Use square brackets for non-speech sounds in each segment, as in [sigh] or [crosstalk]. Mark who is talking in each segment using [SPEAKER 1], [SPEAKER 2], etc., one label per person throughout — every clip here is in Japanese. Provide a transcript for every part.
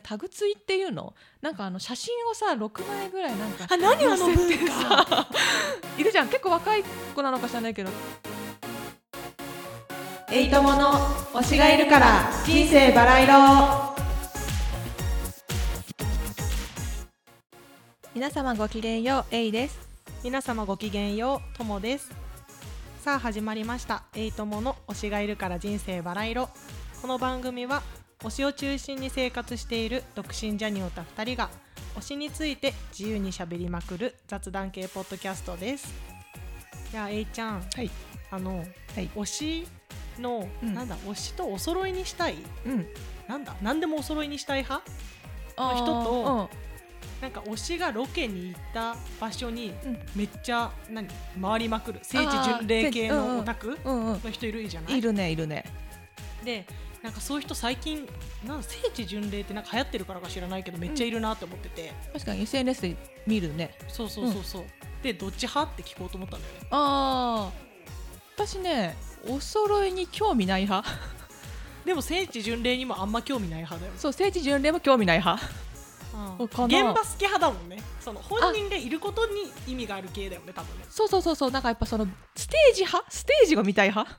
[SPEAKER 1] タグツイっていうのなんかあの写真をさ6枚ぐらいなんか
[SPEAKER 2] あ何あの
[SPEAKER 1] 載せて
[SPEAKER 2] 文化
[SPEAKER 1] さいるじゃん結構若い子なのか知らないけど
[SPEAKER 2] エイトモの推しがいるから人生バラ色
[SPEAKER 1] 皆様ごきげんようエイです
[SPEAKER 2] 皆様ごきげんようともですさあ始まりましたエイトモの推しがいるから人生バラ色この番組は推しを中心に生活している独身ジャニオタ2人が推しについて自由にしゃべりまくる雑談系ポッドキャストですいやエイちゃん
[SPEAKER 1] はい
[SPEAKER 2] あの、
[SPEAKER 1] はい
[SPEAKER 2] 推しの、
[SPEAKER 1] うん
[SPEAKER 2] なんだ推しとお揃いにしたい
[SPEAKER 1] うん
[SPEAKER 2] なんだ何でもお揃いにしたい派
[SPEAKER 1] あー
[SPEAKER 2] 人となんか推しがロケに行った場所に
[SPEAKER 1] うんうん
[SPEAKER 2] めっちゃ何回りまくる聖地巡礼系
[SPEAKER 1] あー聖地うんうん
[SPEAKER 2] のオタク
[SPEAKER 1] うんうん
[SPEAKER 2] の人いるじゃない
[SPEAKER 1] いるねいるね
[SPEAKER 2] でなんかそういう人最近なん聖地巡礼ってなんか流行ってるからか知らないけどめっちゃいるなって思ってて、
[SPEAKER 1] 確かに SNS で見るね
[SPEAKER 2] そうそうそうそう、でどっち派って聞こうと思ったんだよね
[SPEAKER 1] ああ私ねお揃いに興味ない派
[SPEAKER 2] でも聖地巡礼にもあんま興味ない派だよ
[SPEAKER 1] そう聖地巡礼も興味ない派
[SPEAKER 2] うん
[SPEAKER 1] かな
[SPEAKER 2] 現場好き派だもんねその本人がいることに意味がある系だよね多分ね
[SPEAKER 1] そうそうそうそうなんかやっぱそのステージ派ステージが見たい派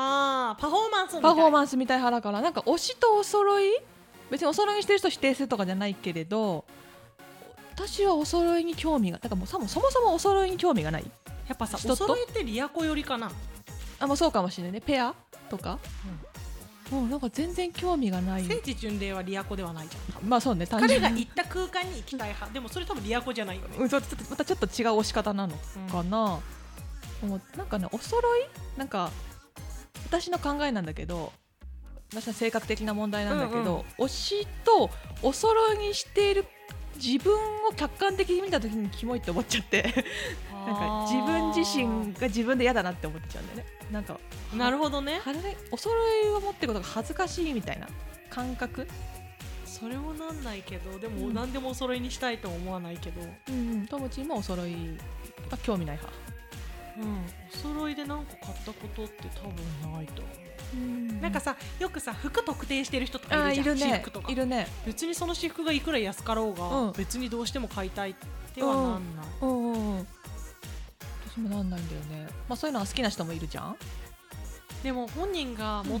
[SPEAKER 2] ああパフォーマンスみたい
[SPEAKER 1] パフォーマ
[SPEAKER 2] ン
[SPEAKER 1] ンス見たい派だからなんか推しとお揃い別にお揃いにしてる人否定するとかじゃないけれど私はお揃いに興味がだからもうさもそもそもお揃いに興味がない
[SPEAKER 2] やっぱさ
[SPEAKER 1] 人と
[SPEAKER 2] お揃いってリアコ寄りかな
[SPEAKER 1] あもうそうかもしれないねペアとか、もうなんか全然興味がない
[SPEAKER 2] 聖地巡礼はリアコではないじゃん
[SPEAKER 1] まあそうね単
[SPEAKER 2] 彼
[SPEAKER 1] 純
[SPEAKER 2] が
[SPEAKER 1] に
[SPEAKER 2] 行った空間に行きたい派でもそれ多分リアコじゃないよね、
[SPEAKER 1] うんそうちょっとまたちょっと違う推し方なのかな、もうなんかねお揃いなんか私の考えなんだけど私の性格的な問題なんだけど、推しとお揃いにしている自分を客観的に見た時にキモいって思っちゃって
[SPEAKER 2] [laughs]
[SPEAKER 1] なんか自分自身が自分で嫌だなって思っちゃうんだよねなんか
[SPEAKER 2] なるほどね
[SPEAKER 1] はれお揃いを持ってることが恥ずかしいみたいな感覚、
[SPEAKER 2] それもなんないけどで
[SPEAKER 1] う
[SPEAKER 2] も
[SPEAKER 1] ん
[SPEAKER 2] 何でもお揃いにしたいとは思わないけど、うん、
[SPEAKER 1] うん、友達もお揃いは興味ない派
[SPEAKER 2] お揃いで何か買ったことって多分ないと思うなんかさよくさ服特定してる人と
[SPEAKER 1] あ
[SPEAKER 2] かい
[SPEAKER 1] ー
[SPEAKER 2] る
[SPEAKER 1] い
[SPEAKER 2] じゃ
[SPEAKER 1] る
[SPEAKER 2] ん私
[SPEAKER 1] ね
[SPEAKER 2] 服とか
[SPEAKER 1] いるね
[SPEAKER 2] 別にその私服がいくら安かろうが、
[SPEAKER 1] うん
[SPEAKER 2] 別にどうしても買いたいってはなんない、
[SPEAKER 1] うんうんうん私もなんないんだよねまあそういうのが好きな人もいるじゃん
[SPEAKER 2] でも本人が持っ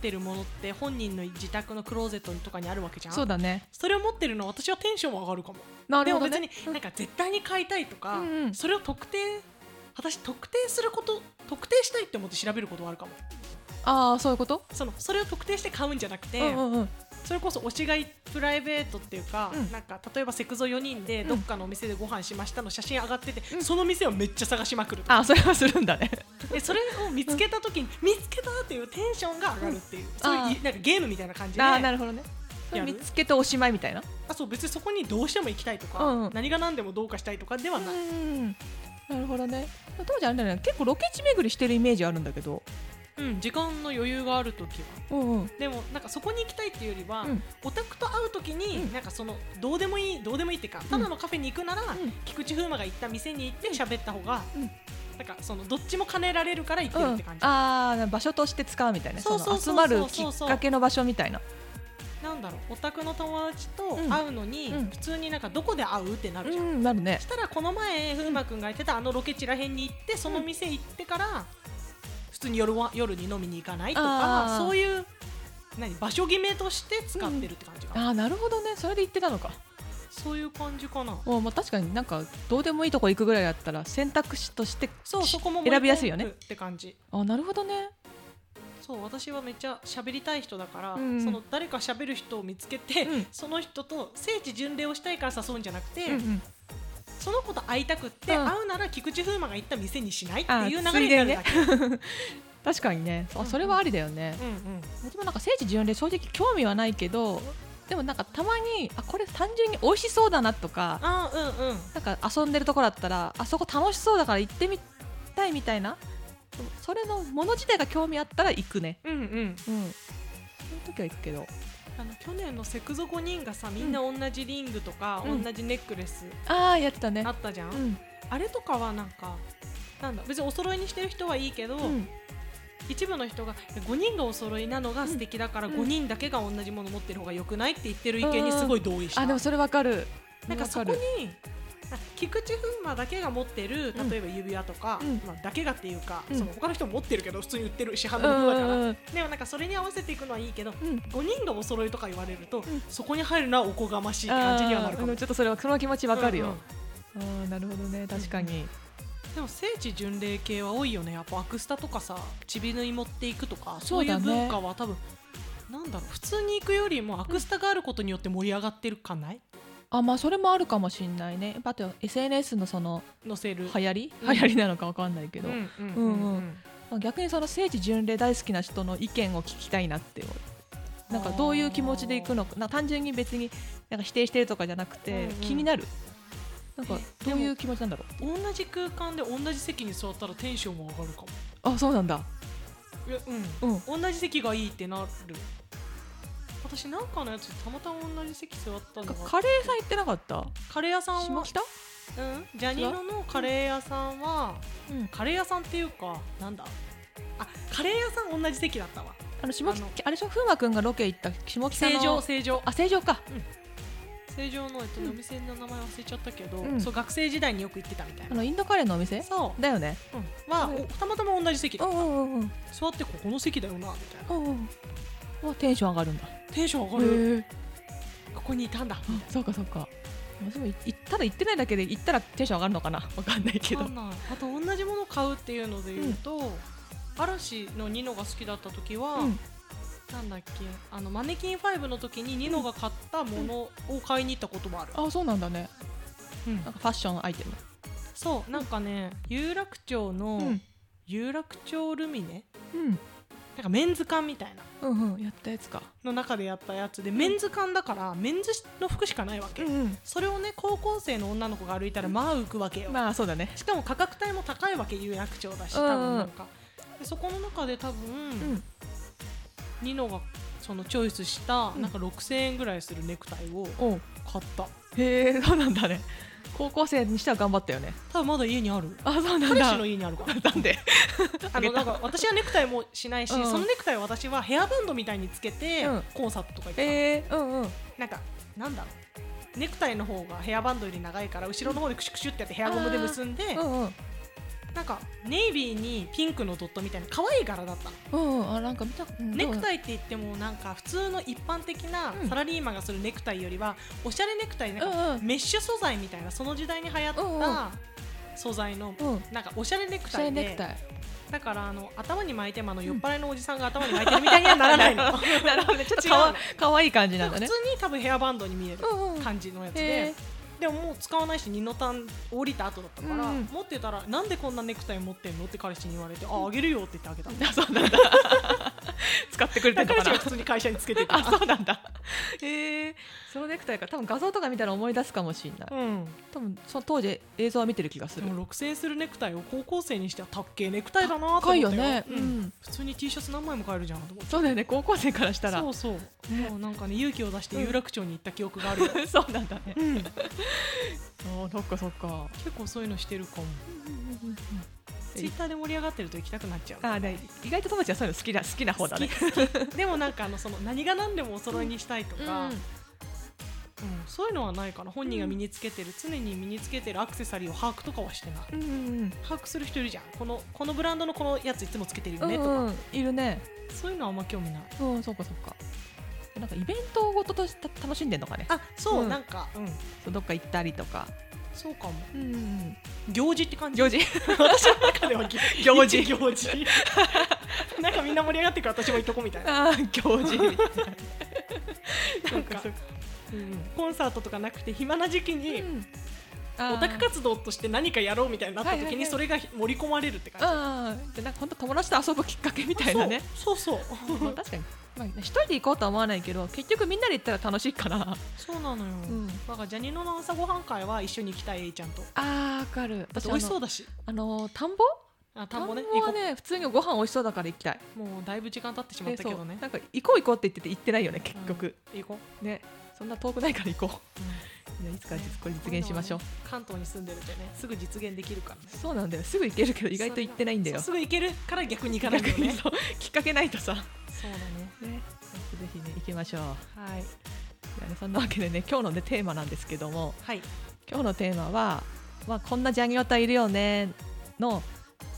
[SPEAKER 2] てるものって本人の自宅のクローゼットとかにあるわけじゃん
[SPEAKER 1] そうだね
[SPEAKER 2] それを持ってるの私はテンションは上がるかも
[SPEAKER 1] な
[SPEAKER 2] で
[SPEAKER 1] る
[SPEAKER 2] も
[SPEAKER 1] ほど
[SPEAKER 2] 別
[SPEAKER 1] ね
[SPEAKER 2] になんか絶対に買いたいとか、
[SPEAKER 1] うんうん
[SPEAKER 2] それを特定私特定すること特定したいって思って調べることはあるかも
[SPEAKER 1] ああそういうこと
[SPEAKER 2] そのそれを特定して買うんじゃなくて、
[SPEAKER 1] うんうんうん
[SPEAKER 2] それこそ推しがいプライベートっていうか、
[SPEAKER 1] うん
[SPEAKER 2] なんか例えばセクゾ4人で
[SPEAKER 1] うん
[SPEAKER 2] どっかのお店でご飯しましたの写真上がってて、
[SPEAKER 1] うん
[SPEAKER 2] その店をめっちゃ探しまくると
[SPEAKER 1] あーそれはするんだね
[SPEAKER 2] でそれを見つけた時に、見つけたっていうテンションが上がるっていう、そういう
[SPEAKER 1] あー
[SPEAKER 2] なんかゲームみたいな感じで
[SPEAKER 1] ああなるほどねそれ
[SPEAKER 2] やる
[SPEAKER 1] 見つけておしまいみたいな
[SPEAKER 2] あそう別にそこにどうしても行きたいとか、
[SPEAKER 1] うんうん
[SPEAKER 2] 何が何でもどうかしたいとかでは
[SPEAKER 1] う
[SPEAKER 2] ない、
[SPEAKER 1] んなるほどね当時あれだよね結構ロケ地巡りしてるイメージあるんだけど
[SPEAKER 2] うん、時間の余裕がある時
[SPEAKER 1] う
[SPEAKER 2] は
[SPEAKER 1] んうん
[SPEAKER 2] でもなんかそこに行きたいっていうよりは、
[SPEAKER 1] うん
[SPEAKER 2] オタクと会う時に、
[SPEAKER 1] うん
[SPEAKER 2] なんかそのどうでもいいどうでもいいっていうかただのカフェに行くなら、
[SPEAKER 1] ん
[SPEAKER 2] 菊池風磨が行った店に行って喋った方が、
[SPEAKER 1] うん
[SPEAKER 2] なんかそのどっちも兼ねられるから行ってるって感じ、
[SPEAKER 1] ああ場所として使うみたいな
[SPEAKER 2] そう
[SPEAKER 1] そ
[SPEAKER 2] そう
[SPEAKER 1] の
[SPEAKER 2] そ
[SPEAKER 1] 集
[SPEAKER 2] う
[SPEAKER 1] ま
[SPEAKER 2] そ
[SPEAKER 1] る
[SPEAKER 2] う
[SPEAKER 1] き
[SPEAKER 2] そう
[SPEAKER 1] っかけの場所みたいな
[SPEAKER 2] なんだろうオタクの友達と
[SPEAKER 1] うん
[SPEAKER 2] 会うのに、
[SPEAKER 1] うん
[SPEAKER 2] 普通になんかどこで会うってな
[SPEAKER 1] う
[SPEAKER 2] るじゃん、
[SPEAKER 1] んなるね
[SPEAKER 2] そしたらこの前風磨君が言ってたあのロケ地らへんに行ってその店行ってから、普通に夜は夜に飲みに行かないとか
[SPEAKER 1] あー
[SPEAKER 2] そういう何場所決めとして使ってるって感じかな、
[SPEAKER 1] ああなるほどねそれで行ってたのか
[SPEAKER 2] そういう感じかな
[SPEAKER 1] もうまあ確かになんかどうでもいいとこ行くぐらいだったら選択肢として
[SPEAKER 2] そうそこも
[SPEAKER 1] 選びやすいよね
[SPEAKER 2] 盛り込んでって感じ
[SPEAKER 1] あなるほどね
[SPEAKER 2] そう私はめっちゃ喋りたい人だから、
[SPEAKER 1] うん
[SPEAKER 2] その誰か喋る人を見つけて、
[SPEAKER 1] うん
[SPEAKER 2] その人と聖地巡礼をしたいから誘うんじゃなくて、
[SPEAKER 1] うんうん
[SPEAKER 2] その子と会いたくって、
[SPEAKER 1] うん
[SPEAKER 2] 会うなら菊池風磨が行った店にしないって
[SPEAKER 1] あ
[SPEAKER 2] いう流れになるだけ、
[SPEAKER 1] 確かにね
[SPEAKER 2] うん
[SPEAKER 1] あ
[SPEAKER 2] うん
[SPEAKER 1] それはありだよね
[SPEAKER 2] うんうん
[SPEAKER 1] 私もなんか聖地巡礼正直興味はないけどでもなんかたまにあこれ単純に美味しそうだなとか
[SPEAKER 2] あーうんうん
[SPEAKER 1] なんか遊んでるところだったらあそこ楽しそうだから行ってみたいみたいなそれのもの自体が興味あったら行くね
[SPEAKER 2] うんうん、
[SPEAKER 1] うんそういう時は行くけど
[SPEAKER 2] あの去年のセクゾ5人がさみんな同じリングとか、
[SPEAKER 1] うん
[SPEAKER 2] 同じネックレス
[SPEAKER 1] ああやってたね
[SPEAKER 2] あったじゃん、
[SPEAKER 1] うん
[SPEAKER 2] あれとかはなんかなんだ別にお揃いにしてる人はいいけど、
[SPEAKER 1] うん
[SPEAKER 2] 一部の人が5人がお揃いなのが素敵だから
[SPEAKER 1] うん
[SPEAKER 2] 5人だけが同じもの持ってる方が良くないって言ってる意見にすごい同意した、
[SPEAKER 1] あでもそれわかる
[SPEAKER 2] なんかそこ
[SPEAKER 1] わ
[SPEAKER 2] に
[SPEAKER 1] る
[SPEAKER 2] あ菊池風磨だけが持ってる
[SPEAKER 1] うん
[SPEAKER 2] 例えば指輪とか、
[SPEAKER 1] うん
[SPEAKER 2] まあ、だけがっていうか、
[SPEAKER 1] うん
[SPEAKER 2] その他の人も持ってるけど普通に売ってる市販
[SPEAKER 1] う
[SPEAKER 2] のものだから、
[SPEAKER 1] んうん
[SPEAKER 2] でもなんかそれに合わせていくのはいいけど
[SPEAKER 1] うん
[SPEAKER 2] 5人がお揃いとか言われると、
[SPEAKER 1] ん
[SPEAKER 2] そこに入るのはおこがましいって感じにはなる
[SPEAKER 1] あ
[SPEAKER 2] か
[SPEAKER 1] ーう
[SPEAKER 2] も
[SPEAKER 1] んちょっとそれはその気持ちわかる
[SPEAKER 2] う
[SPEAKER 1] よ
[SPEAKER 2] ん、
[SPEAKER 1] あーなるほどね確かに、
[SPEAKER 2] うんでも聖地巡礼系は多いよねやっぱアクスタとかさちび縫い持っていくとかそ
[SPEAKER 1] そう
[SPEAKER 2] ういう
[SPEAKER 1] だね
[SPEAKER 2] 文化は多分なんだろう普通に行くよりもアクスタがあることによって盛り上がってるかない
[SPEAKER 1] あまあそれもあるかもしれないねやっぱあと SNS のその
[SPEAKER 2] 載せる
[SPEAKER 1] 流行り、
[SPEAKER 2] うん
[SPEAKER 1] 流行りなのかわかんないけど、
[SPEAKER 2] うん
[SPEAKER 1] う
[SPEAKER 2] うん
[SPEAKER 1] ん
[SPEAKER 2] う
[SPEAKER 1] うんん
[SPEAKER 2] うん
[SPEAKER 1] まあ逆にその聖地巡礼大好きな人の意見を聞きたいなって思うなんかどういう気持ちで行くのかな単純に別になんか否定してるとかじゃなくて、
[SPEAKER 2] うんうん
[SPEAKER 1] 気になるなんか
[SPEAKER 2] え
[SPEAKER 1] どういう気持ちなんだろう
[SPEAKER 2] 同じ空間で同じ席に座ったらテンションも上がるかも
[SPEAKER 1] あそうなんだ
[SPEAKER 2] いやうん
[SPEAKER 1] うん
[SPEAKER 2] 同じ席がいいってなる私なんかのやつたまたま同じ席座ったの
[SPEAKER 1] なんか
[SPEAKER 2] が
[SPEAKER 1] カレー屋さん行ってなかった
[SPEAKER 2] カレー屋さん
[SPEAKER 1] 下
[SPEAKER 2] は、
[SPEAKER 1] 北
[SPEAKER 2] うん、ジャニーノのカレー屋さんは
[SPEAKER 1] うん
[SPEAKER 2] カレー屋さんっていうかなんだあカレー屋さん同じ席だったわ
[SPEAKER 1] あの下
[SPEAKER 2] あ
[SPEAKER 1] 北
[SPEAKER 2] の
[SPEAKER 1] あれでしょ風磨くんがロケ行った下北
[SPEAKER 2] 成
[SPEAKER 1] の
[SPEAKER 2] 城成城
[SPEAKER 1] あ成城か
[SPEAKER 2] 成城の、えっと
[SPEAKER 1] うん
[SPEAKER 2] お店の名前忘れちゃったけど、
[SPEAKER 1] うん
[SPEAKER 2] そう学生時代によく行ってたみたい
[SPEAKER 1] あ
[SPEAKER 2] な
[SPEAKER 1] のインドカレーのお店
[SPEAKER 2] そ
[SPEAKER 1] だよね
[SPEAKER 2] う、うん、は、
[SPEAKER 1] うん
[SPEAKER 2] おたまたま同じ席で
[SPEAKER 1] うんうんうんうん
[SPEAKER 2] 座ってここの席だよなみたいな
[SPEAKER 1] うんうんあテンション上がるんだ
[SPEAKER 2] テンション上がる
[SPEAKER 1] へえ
[SPEAKER 2] ここにいたんだ
[SPEAKER 1] あそうかそうかでもいいただ行ってないだけで行ったらテンション上がるのかなわ [laughs] かんないけど
[SPEAKER 2] わかんないあと同じものを買うっていうので言うと、嵐のニノが好きだった時は、
[SPEAKER 1] うん
[SPEAKER 2] なんだっけあのマネキン5の時にニノが買ったものを買いに行ったこともある、
[SPEAKER 1] あそうなんだね
[SPEAKER 2] うん
[SPEAKER 1] なんかファッションアイテム
[SPEAKER 2] そうなんかね有楽町の、有楽町ルミネ
[SPEAKER 1] うん
[SPEAKER 2] なんかメンズ館みたいな
[SPEAKER 1] うんうんやったやつか
[SPEAKER 2] の中でやったやつでメンズ館だからメンズの服しかないわけ、
[SPEAKER 1] ん
[SPEAKER 2] それをね高校生の女の子が歩いたらまあ浮くわけよ、
[SPEAKER 1] まあそうだね
[SPEAKER 2] しかも価格帯も高いわけ有楽町だし多
[SPEAKER 1] うんうん
[SPEAKER 2] 分なんか、でそこの中で多分、
[SPEAKER 1] うん
[SPEAKER 2] ニノがそのチョイスした、
[SPEAKER 1] うん
[SPEAKER 2] なんか6000円ぐらいするネクタイを
[SPEAKER 1] おう
[SPEAKER 2] 買った
[SPEAKER 1] へえそうなんだね高校生にしては頑張ったよね
[SPEAKER 2] 多分まだ家にある
[SPEAKER 1] あそうなん
[SPEAKER 2] 彼
[SPEAKER 1] だ
[SPEAKER 2] 氏の家にあるから
[SPEAKER 1] なんで
[SPEAKER 2] あのなんか私はネクタイもしないし、
[SPEAKER 1] うん
[SPEAKER 2] そのネクタイを私はヘアバンドみたいにつけて、
[SPEAKER 1] うん
[SPEAKER 2] コンサートとか行ったの、
[SPEAKER 1] えー、うんうん
[SPEAKER 2] なんかなんだろうネクタイの方がヘアバンドより長いから後ろの方でクシュクシュってやってヘアゴムで結んで、
[SPEAKER 1] うんうん
[SPEAKER 2] なんかネイビーにピンクのドットみたいな可愛い柄だった
[SPEAKER 1] うんうんあなんか見たネ
[SPEAKER 2] ネク
[SPEAKER 1] イ
[SPEAKER 2] タイって言ってもなんか普通の一般的な
[SPEAKER 1] うん
[SPEAKER 2] サラリーマンがするネクタイよりはおしゃれネクタイなん
[SPEAKER 1] う
[SPEAKER 2] か
[SPEAKER 1] んうん
[SPEAKER 2] メッシュ素材みたいなその時代に流行っ
[SPEAKER 1] うんうん
[SPEAKER 2] た素材の
[SPEAKER 1] うん
[SPEAKER 2] なんかおしゃれネク
[SPEAKER 1] シャ
[SPEAKER 2] タ
[SPEAKER 1] レ
[SPEAKER 2] イで
[SPEAKER 1] ネクタイ
[SPEAKER 2] だからあの頭に巻いてもあの酔っ払いのおじさんが頭に巻いてるみたいにはなら [laughs] ないの普
[SPEAKER 1] [laughs] なるほどねちょっと
[SPEAKER 2] 違う
[SPEAKER 1] かわかわいい感じなん
[SPEAKER 2] 通
[SPEAKER 1] だ
[SPEAKER 2] に
[SPEAKER 1] ね
[SPEAKER 2] 多分ヘアバンドに見える
[SPEAKER 1] うんうん
[SPEAKER 2] 感じのやつ
[SPEAKER 1] へ
[SPEAKER 2] ででももう使わないし二の単降りた後だったから
[SPEAKER 1] うん
[SPEAKER 2] 持ってたらなんでこんなネクタイ持ってんのって彼氏に言われてああげるよって言ってあげた [laughs]
[SPEAKER 1] ーあそうなんだ使ってくれて
[SPEAKER 2] だ
[SPEAKER 1] んの
[SPEAKER 2] か
[SPEAKER 1] かな
[SPEAKER 2] ら彼氏が普通に会社につけ [laughs] てた
[SPEAKER 1] あそうなんだへえそのネクタイか多分画像とか見たら思い出すかもしれない
[SPEAKER 2] うん
[SPEAKER 1] 多分その当時映像は見てる気がす
[SPEAKER 2] で
[SPEAKER 1] る
[SPEAKER 2] も6000円するネクタイを高校生にしてはたっけえネクタイだなと思っ
[SPEAKER 1] 高
[SPEAKER 2] た
[SPEAKER 1] いよね
[SPEAKER 2] うん
[SPEAKER 1] うん
[SPEAKER 2] 普通に T シャツ何枚も買えるじゃんと思って
[SPEAKER 1] そうだよね高校生からしたら
[SPEAKER 2] そうそう、もうなんかね勇気を出して有楽町に行った記憶があるよ、
[SPEAKER 1] そうなんだね
[SPEAKER 2] うん
[SPEAKER 1] あーそっかそっか
[SPEAKER 2] 結構そういうのしてるかもツイッターで盛り上がってると行きたくなっちゃう
[SPEAKER 1] あーで意外と友達はそういうの好きだ好きな方だね
[SPEAKER 2] [laughs] でもなんかあのその何が何でもお揃いにしたいとか、うんそういうのはないかな本人が身につけてる、常に身につけてるアクセサリーを把握とかはしてない
[SPEAKER 1] うんうん
[SPEAKER 2] 把握する人いるじゃんこのこのブランドのこのやついつもつけてる
[SPEAKER 1] う
[SPEAKER 2] よ
[SPEAKER 1] ん
[SPEAKER 2] ねとか、
[SPEAKER 1] うんいるね
[SPEAKER 2] そういうのはあんま興味ない
[SPEAKER 1] うんそうかそうかなんかイベントごととして楽しんでんのかね
[SPEAKER 2] あそう、
[SPEAKER 1] うん
[SPEAKER 2] なんか、うん、
[SPEAKER 1] そうどっか行ったりとか
[SPEAKER 2] そうかも
[SPEAKER 1] うんうんうん
[SPEAKER 2] 行事って感じ
[SPEAKER 1] 行事
[SPEAKER 2] [laughs] 私の中ではぎ
[SPEAKER 1] 行事
[SPEAKER 2] 一行
[SPEAKER 1] [laughs]
[SPEAKER 2] 事なんかみんな盛り上がってるから私も行っとこうみたいな
[SPEAKER 1] あー行事みたい
[SPEAKER 2] なんか
[SPEAKER 1] そうか
[SPEAKER 2] コンサートとかなくて暇な時期に
[SPEAKER 1] な
[SPEAKER 2] オタク活動として何かやろうみたいになった
[SPEAKER 1] はい
[SPEAKER 2] 時
[SPEAKER 1] はいは
[SPEAKER 2] に
[SPEAKER 1] い
[SPEAKER 2] それが盛り込まれるって感じ
[SPEAKER 1] あーでなんか本当友達と遊ぶきっかけみたいなね
[SPEAKER 2] そうそうそ
[SPEAKER 1] まあ
[SPEAKER 2] う
[SPEAKER 1] 確かに、まあ、一人で行こうとは思わないけど結局みんなで行ったら楽しいから、
[SPEAKER 2] そうなのよなんかジャニーノの朝ごはん会は一緒に行きたい A ちゃんと
[SPEAKER 1] あーわかる
[SPEAKER 2] だって美味しそうだし
[SPEAKER 1] あの田んぼ
[SPEAKER 2] あ田んぼね
[SPEAKER 1] は
[SPEAKER 2] 行こ
[SPEAKER 1] ね普通にご飯美味しそうだから行きたいう
[SPEAKER 2] もうだいぶ時間経ってしまったけどね
[SPEAKER 1] でそうなんか行こう行こうって言ってて行ってないよね結局、
[SPEAKER 2] 行こ
[SPEAKER 1] ねそんな遠くないから行こう
[SPEAKER 2] う
[SPEAKER 1] いやいつか実これ実現しましょう、
[SPEAKER 2] 関東に住んでるとねすぐ実現できるからね
[SPEAKER 1] そうなんだよすぐ行けるけど意外と行ってないんだよ
[SPEAKER 2] そうすぐ行けるから逆に行かない
[SPEAKER 1] 逆
[SPEAKER 2] とね
[SPEAKER 1] に [laughs] そうきっかけないとさ、ね、
[SPEAKER 2] そうだね
[SPEAKER 1] ぜひね行きましょう
[SPEAKER 2] はい
[SPEAKER 1] いやねそんなわけでね今日の、ね、テーマなんですけども
[SPEAKER 2] はい
[SPEAKER 1] 今日のテーマは、まあ、こんなジャニオタいるよねの